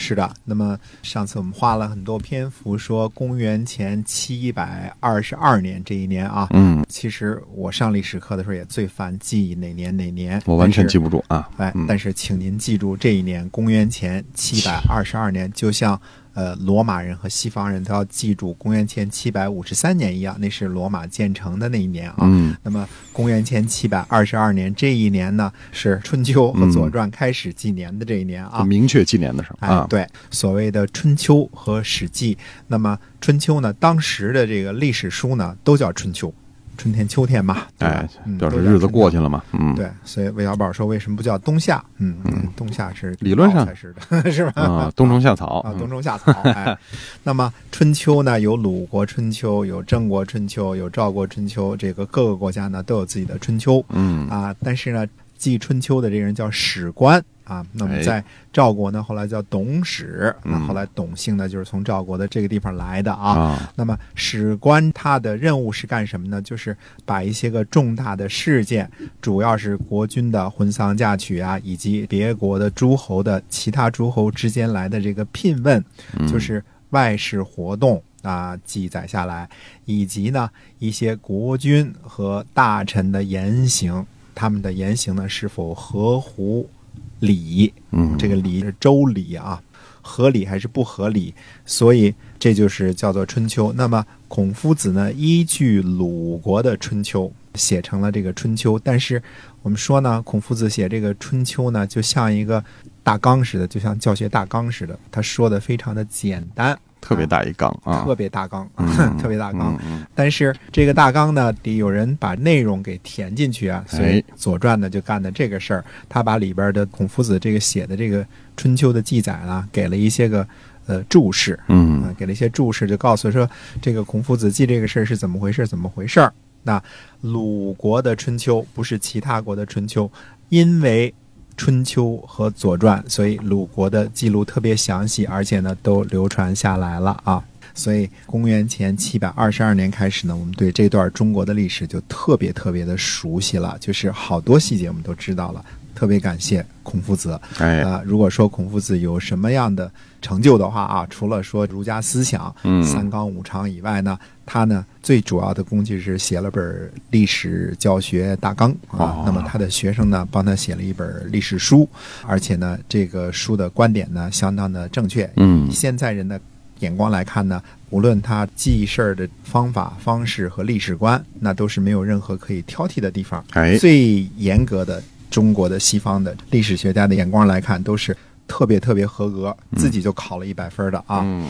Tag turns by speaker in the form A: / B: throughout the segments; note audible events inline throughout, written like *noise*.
A: 是的，那么上次我们花了很多篇幅说公元前七百二十二年这一年啊，
B: 嗯，
A: 其实我上历史课的时候也最烦记哪年哪年，
B: 我完全
A: 但是
B: 记不住啊。
A: 哎，
B: 嗯
A: 但是请您记住，这一年公元前七百二十二年，就像呃罗马人和西方人都要记住公元前七百五十三年一样，那是罗马建成的那一年啊。
B: 嗯，
A: 那么公元前七百二十二年这一年呢，是春秋和左传开始纪年的这一年啊。
B: 明确纪年的时候
A: 哎
B: 嗯啊，，
A: 对，所谓的春秋和史记，那么春秋呢，当时的这个历史书呢，都叫春秋，春天、秋天嘛，对吧
B: 哎
A: 嗯，
B: 表示
A: 都叫
B: 日子
A: 春
B: 过
A: 天
B: 去了嘛，嗯，
A: 对，所以韦小宝说为什么不叫冬夏？嗯，冬夏是
B: 理论上
A: 才是的， *laughs* 是吧？
B: 啊，冬虫夏草
A: 啊，
B: 嗯
A: 冬虫夏草。哎，那么春秋呢，有鲁国春秋，有郑国春秋，有赵国春秋，这个各个国家呢都有自己的春秋
B: 嗯，
A: 啊。但是呢，记春秋的这个人叫史官啊。那么
B: 哎
A: 在赵国呢，后来叫董史，那
B: 嗯
A: 后来董姓呢就是从赵国的这个地方来的啊。
B: 啊，
A: 那么史官他的任务是干什么呢？就是把一些个重大的事件，主要是国君的婚丧嫁娶啊，以及别国的诸侯的其他诸侯之间来的这个聘问，就是外事活动。啊，记载下来，以及呢一些国君和大臣的言行，他们的言行呢是否合乎礼？
B: 嗯
A: 这个礼是周礼啊，合理还是不合理？所以这就是叫做春秋。那么孔夫子呢，依据鲁国的春秋写成了这个春秋，但是我们说呢，孔夫子写这个春秋呢，就像一个大纲似的，就像教学大纲似的，他说的非常的简单，
B: 特别大一杠啊
A: 特，别大纲， *laughs* 特别大纲
B: 嗯。嗯，
A: 但是这个大纲呢，得有人把内容给填进去啊，所以
B: 哎
A: 《左传》呢就干的这个事儿，他把里边的孔夫子这个写的这个春秋的记载呢，给了一些个呃注释，
B: 嗯
A: 啊，给了一些注释，就告诉说这个孔夫子记这个事儿是怎么回事，怎么回事儿。那鲁国的春秋不是其他国的春秋，因为春秋和左传，所以鲁国的记录特别详细，而且呢都流传下来了啊。所以公元前七百二十二年开始呢，我们对这段中国的历史就特别特别的熟悉了，就是好多细节我们都知道了。特别感谢孔夫子，
B: 哎，
A: 呃，如果说孔夫子有什么样的成就的话啊，除了说儒家思想、
B: 嗯
A: 三纲五常以外呢，他呢最主要的工具是写了本历史教学大纲啊。
B: 哦
A: 那么他的学生呢帮他写了一本历史书，而且呢这个书的观点呢相当的正确。
B: 嗯
A: 现在人的眼光来看呢，无论他记事儿的方法、方式和历史观，那都是没有任何可以挑剔的地方。
B: 哎，
A: 最严格的中国的西方的历史学家的眼光来看，都是特别特别合格，自己就考了一百分的啊。
B: 嗯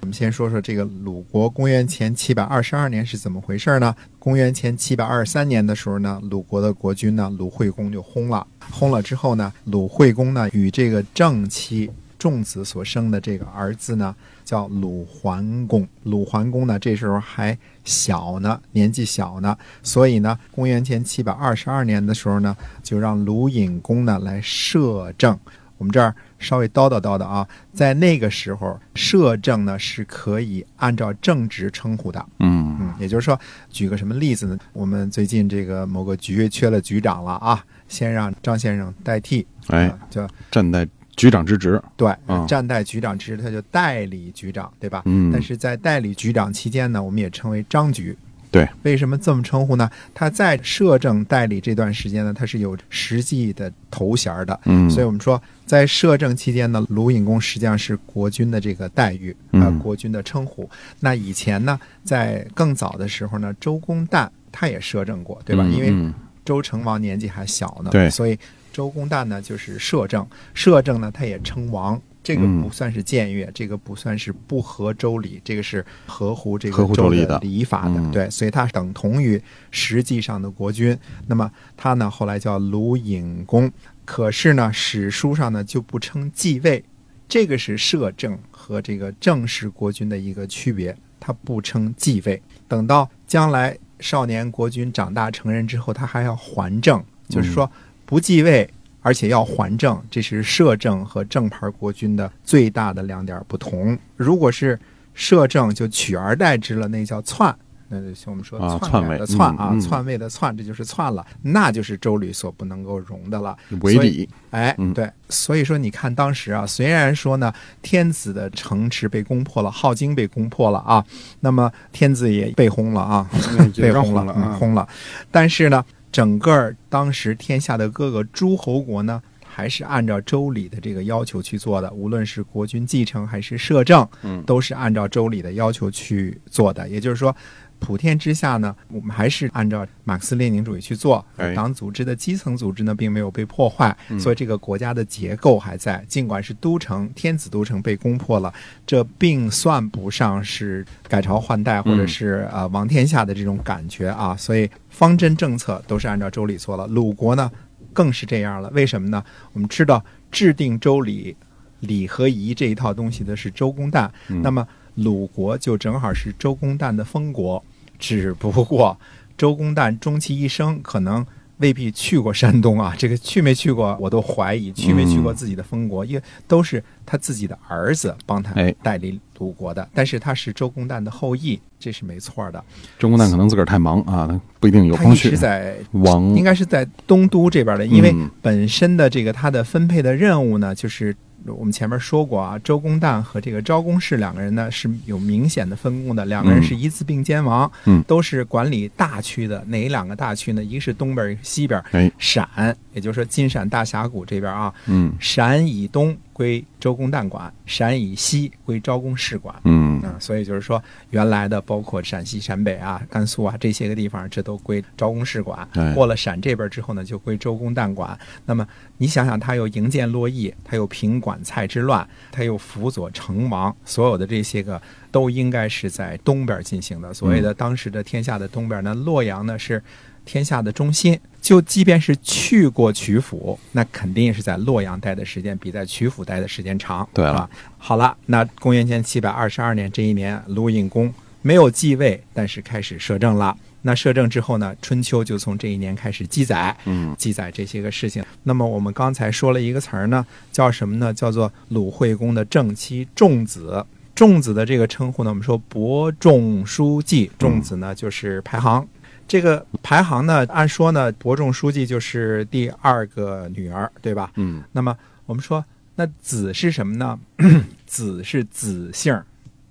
A: 我们先说说这个鲁国公元前七百二十二年是怎么回事呢？公元前七百二十三年的时候呢，鲁国的国君呢鲁惠公就薨了。薨了之后呢，鲁惠公呢与这个正妻仲子所生的这个儿子呢叫鲁桓公。鲁桓公呢这时候还小呢，年纪小呢，所以呢，公元前七百二十二年的时候呢，就让鲁隐公呢来摄政。我们这儿稍微叨叨叨叨啊，在那个时候，摄政呢是可以按照正职称呼的。
B: 嗯
A: 嗯，也就是说，举个什么例子呢？我们最近这个某个局缺了局长了啊，先让张先生代替，
B: 哎
A: 啊，叫
B: 站在局长之职，
A: 对，
B: 嗯
A: 站代局长职，他就代理局长，对吧？
B: 嗯
A: 但是在代理局长期间呢，我们也称为张局。
B: 对，
A: 为什么这么称呼呢？他在摄政代理这段时间呢，他是有实际的头衔儿的，
B: 嗯，
A: 所以我们说，在摄政期间呢，鲁隐公实际上是国君的这个待遇啊、
B: 嗯
A: 国君的称呼。那以前呢，在更早的时候呢，周公旦他也摄政过，对吧？
B: 嗯
A: 因为
B: 嗯
A: 周成王年纪还小呢，
B: 对
A: 所以周公旦呢就是摄政，摄政呢他也称王。这个
B: 嗯
A: 不算是僭越，这个不算是不合周礼，这个是合乎这
B: 合
A: 个
B: 乎周
A: 周
B: 礼的
A: 的礼法的，
B: 嗯
A: 对，所以它等同于实际上的国君。那么他呢，后来叫鲁隐公，可是呢，史书上呢就不称继位，这个是摄政和这个正式国君的一个区别，它不称继位。等到将来少年国君长大成人之后，他还要还政，就是
B: 嗯
A: 说不继位，而且要还政，这是摄政和正牌国君的最大的两点不同。如果是摄政，就取而代之了，那叫篡。那就像我们说
B: 啊篡
A: 篡改
B: 位
A: 的篡啊
B: 嗯，嗯
A: 篡位的篡，这就是篡了，那就是周礼所不能够容的了。
B: 为
A: 所以
B: 礼，
A: 哎
B: 嗯，
A: 对，所以说你看当时啊，虽然说呢，天子的城池被攻破了，镐京被攻破了啊，那么天子也被轰了啊，
B: *laughs*
A: 被
C: 让
A: 轰
C: 红
A: 了，嗯
C: 啊，
A: 轰了。但是呢，整个儿当时天下的各个诸侯国呢，还是按照周礼的这个要求去做的，无论是国君继承还是摄政，
B: 嗯
A: 都是按照周礼的要求去做的。也就是说，普天之下呢，我们还是按照马克思列宁主义去做
B: 哎，嗯
A: 党组织的基层组织呢，并没有被破坏，所以这个国家的结构还在。尽管是都城天子都城被攻破了，这并算不上是改朝换代或者
B: 嗯
A: 是呃王天下的这种感觉啊。所以方针政策都是按照周礼做了，鲁国呢更是这样了。为什么呢？我们知道制定周礼、礼和仪这一套东西的是周公旦，
B: 嗯
A: 那么鲁国就正好是周公旦的封国，只不过周公旦终其一生可能。未必去过山东啊， *laughs* 这个去没去过我都怀疑，去没去过
B: 嗯
A: 自己的封国，因为都是他自己的儿子帮他
B: 哎
A: 代理鲁国的，但是他是周公旦的后裔，这是没错的。
B: 周公旦可能自个儿太忙啊，他不一定有
A: 他
B: 空
A: 一
B: 去
A: 直。在
B: 王
A: 应该是在东都这边的，因为
B: 嗯
A: 本身的这个他的分配的任务呢，就是我们前面说过啊，周公旦和这个昭公氏两个人呢是有明显的分工的，两个人
B: 嗯
A: 是一字并肩王，
B: 嗯
A: 都是管理大区的。哪两个大区呢？一个是东边，一个是西边。
B: 哎，
A: 陕，也就是说金陕大峡谷这边啊，
B: 嗯
A: 陕以东归周公旦管，陕以西归昭公氏管。
B: 嗯
A: 嗯，所以就是说，原来的包括陕西、陕北啊、甘肃啊这些个地方，这都归昭公氏管
B: 对。
A: 过了陕这边之后呢，就归周公旦管。那么你想想，他又营建洛邑，他又平管蔡之乱，他又辅佐成王，所有的这些个都应该是在东边进行的。所谓的当时的天下的东边呢，洛阳呢是天下的中心。就即便是去过曲阜，那肯定也是在洛阳待的时间比在曲阜待的时间长。
B: 对了
A: 啊，好了，那公元前七百二十二年这一年，鲁隐公没有继位，但是开始摄政了。那摄政之后呢，春秋就从这一年开始记载，
B: 嗯，
A: 记载这些个事情。那么我们刚才说了一个词儿呢，叫什么呢？叫做鲁惠公的正妻仲子。仲子的这个称呼呢，我们说伯仲叔季，仲子呢就是排行。这个排行呢，按说呢，伯仲叔季就是第二个女儿，对吧？
B: 嗯，
A: 那么我们说，那子是什么
B: *clears throat*
A: 呢？子是子姓儿，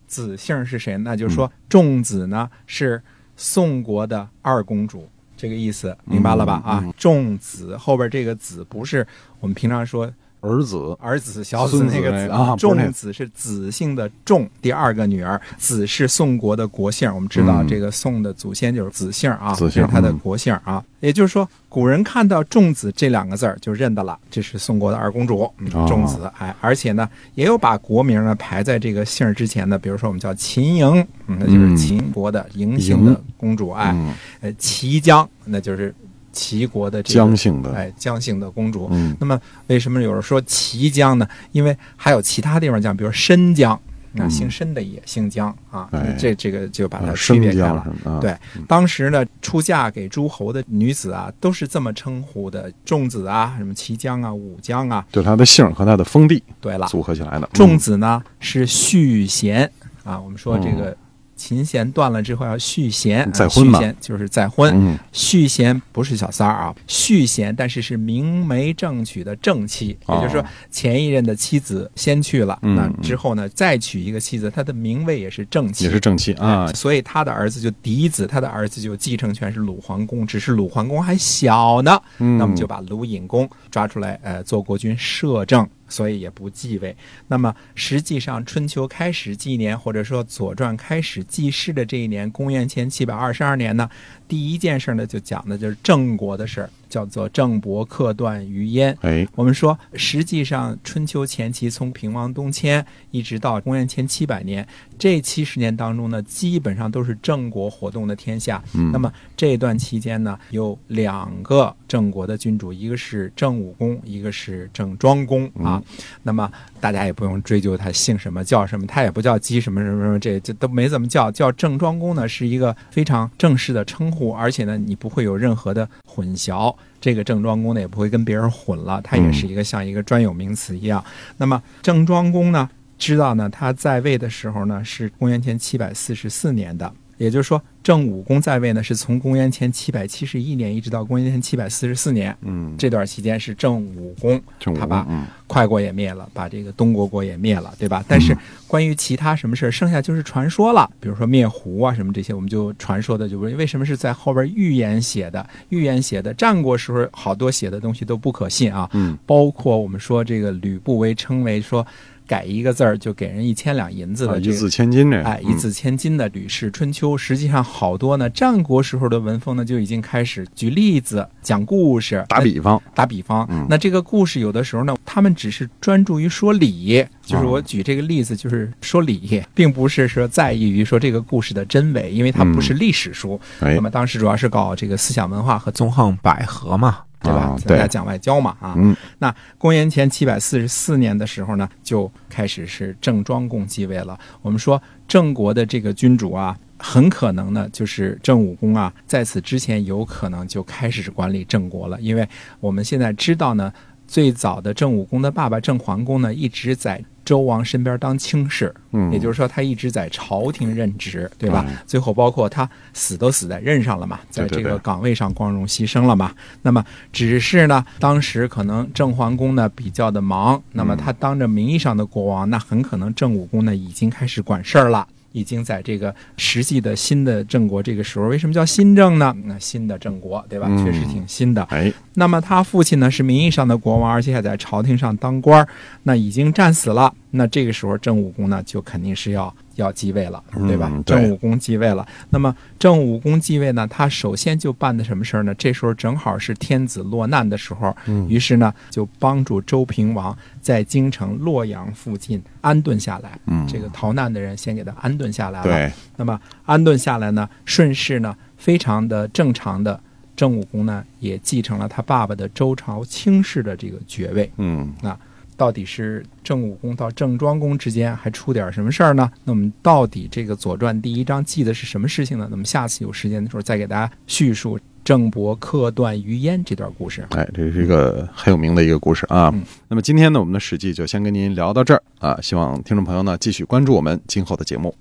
A: 子姓儿是谁？那就是
B: 嗯
A: 说，仲子呢是宋国的二公主，这个意思明白了吧？
B: 嗯嗯
A: 啊，仲子后边这个子不是我们平常说
B: 儿子
A: 儿子、小子那个子
B: 孙子那个啊不是那个
A: 仲子是子姓的仲，第二个女儿。子是宋国的国姓，我们知道
B: 嗯
A: 这个宋的祖先就是子姓啊，
B: 子
A: 这
B: 姓
A: 是他的
B: 嗯
A: 国姓啊。也就是说，古人看到仲子这两个字儿就认得了，这是宋国的二公主嗯
B: 哦
A: 仲子。哎，而且呢，也有把国名呢排在这个姓儿之前的，比如说我们叫秦嬴，嗯那就是
B: 嗯
A: 秦国的嬴姓的公主。哎，
B: 嗯
A: 呃，齐姜，那就是齐国的这个
B: 姜姓的，
A: 哎姜姓的公主。
B: 嗯
A: 那么为什么有人说綦江呢？因为还有其他地方讲，比如申江，那
B: 嗯
A: 姓申的也姓江啊，
B: 哎
A: 这这个就把它
B: 啊
A: 区
B: 生
A: 别开
B: 姜
A: 了。
B: 什么的啊，
A: 对，当时呢，出嫁给诸侯的女子啊，都是这么称呼的，仲子啊，什么綦江啊、武江啊。
B: 就他的姓儿和他的封地
A: 对了，
B: 组合起来的。嗯
A: 仲子呢是续弦啊，我们说这个琴弦断了之后要续弦，啊
B: 嗯再婚嘛
A: 续弦就是再婚。
B: 嗯，
A: 续弦不是小三儿啊，续弦，但是是明媒正娶的正妻，
B: 哦
A: 也就是说前一任的妻子先去了，
B: 嗯
A: 那之后呢再娶一个妻子，他的名位也是正妻，
B: 也是正妻啊
A: 哎，所以他的儿子就嫡子，他的儿子就继承权是鲁桓公，只是鲁桓公还小呢，
B: 嗯
A: 那么就把鲁隐公抓出来，呃，做国君摄政，所以也不继位。那么实际上，春秋开始纪年，或者说《左传》开始记事的这一年，公元前七百二十二年呢，第一件事呢，就讲的就是郑国的事儿，叫做郑伯克段于鄢。
B: 哎，
A: 我们说，实际上春秋前期从平王东迁一直到公元前七百年这七十年当中呢，基本上都是郑国活动的天下。
B: 嗯
A: 那么这段期间呢，有两个郑国的君主，一个是郑武公，一个是郑庄公啊。那么大家也不用追究他姓什么叫什么，他也不叫姬什么什么什么，这这都没怎么叫。叫郑庄公呢，是一个非常正式的称呼，而且呢，你不会有任何的混淆。这个郑庄公呢，也不会跟别人混了，他
B: 嗯
A: 也是一个像一个专有名词一样。那么郑庄公呢，知道呢，他在位的时候呢是公元前七百四十四年的，也就是说郑武公在位呢是从公元前七百七十一年一直到公元前七百四十四年，
B: 嗯，
A: 这段期间是郑武公，
B: 郑武
A: 他
B: 公
A: 把
B: 嗯
A: 快国也灭了，把这个东国国也灭了，对吧？但是关于其他什么事儿，剩下就是传说了，比如说灭胡啊什么这些，我们就传说的就不是为什么是在后边预言写的，预言写的战国时候好多写的东西都不可信啊，
B: 嗯，
A: 包括我们说这个吕不韦称为说改一个字儿就给人一千两银子
B: 啊
A: 的
B: 一
A: 这个
B: 字嗯千金这，
A: 哎，一字千金的《吕氏春秋》，实际上好多呢，战国时候的文风呢就已经开始举例子、讲故事、
B: 打比方，
A: 打比方
B: 嗯。
A: 那这个故事有的时候呢，他们只是专注于说理，就是
B: 哦
A: 我举这个例子，就是说理，并不是说在意于说这个故事的真伪，因为它不是历史书。
B: 哎
A: 那，么当时主要是搞这个思想文化和
C: 纵横捭阖嘛，
A: 对吧
B: 啊？
A: 咱俩
B: 对
A: 讲外交嘛啊。
B: 嗯
A: 那公元前七百四十四年的时候呢，就开始是郑庄公继位了。我们说郑国的这个君主啊。很可能呢，就是郑武公啊，在此之前有可能就开始管理郑国了，因为我们现在知道呢，最早的郑武公的爸爸郑桓公呢，一直在周王身边当卿士，
B: 嗯
A: 也就是说他一直在朝廷任职，对吧？
B: 嗯
A: 最后包括他死都死在任上了嘛，在
B: 对对
A: 这个
B: 对
A: 岗位上光荣牺牲了嘛。那么只是呢，当时可能郑桓公呢比较的
B: 嗯
A: 忙，那么他当着名义上的国王，那很可能郑武公呢已经开始管事儿了。已经在这个实际的新的郑国这个时候，为什么叫新郑呢？那新的郑国，对吧？
B: 嗯
A: 确实挺新的。
B: 哎，
A: 那么他父亲呢是名义上的国王，而且还在朝廷上当官儿，那已经战死了。那这个时候郑武公呢就肯定是要要继位了，对吧？
B: 嗯对
A: 郑武公继位了。那么郑武公继位呢，他首先就办的什么事儿呢？这时候正好是天子落难的时候，
B: 嗯
A: 于是呢就帮助周平王在京城洛阳附近安顿下来。
B: 嗯
A: 这个逃难的人先给他安顿下来了。
B: 对，
A: 那么安顿下来呢，顺势呢，非常的正常的郑武公呢，也继承了他爸爸的周朝卿士的这个爵位。
B: 嗯，
A: 到底是郑武公到郑庄公之间还出点什么事儿呢？那我们到底这个《左传》第一章记的是什么事情呢？那么下次有时间的时候再给大家叙述郑伯克段于鄢这段故事。
B: 哎，这是一个很有名的一个故事啊。
A: 嗯
B: 那么今天呢，我们的《史记》就先跟您聊到这儿啊，希望听众朋友呢继续关注我们今后的节目。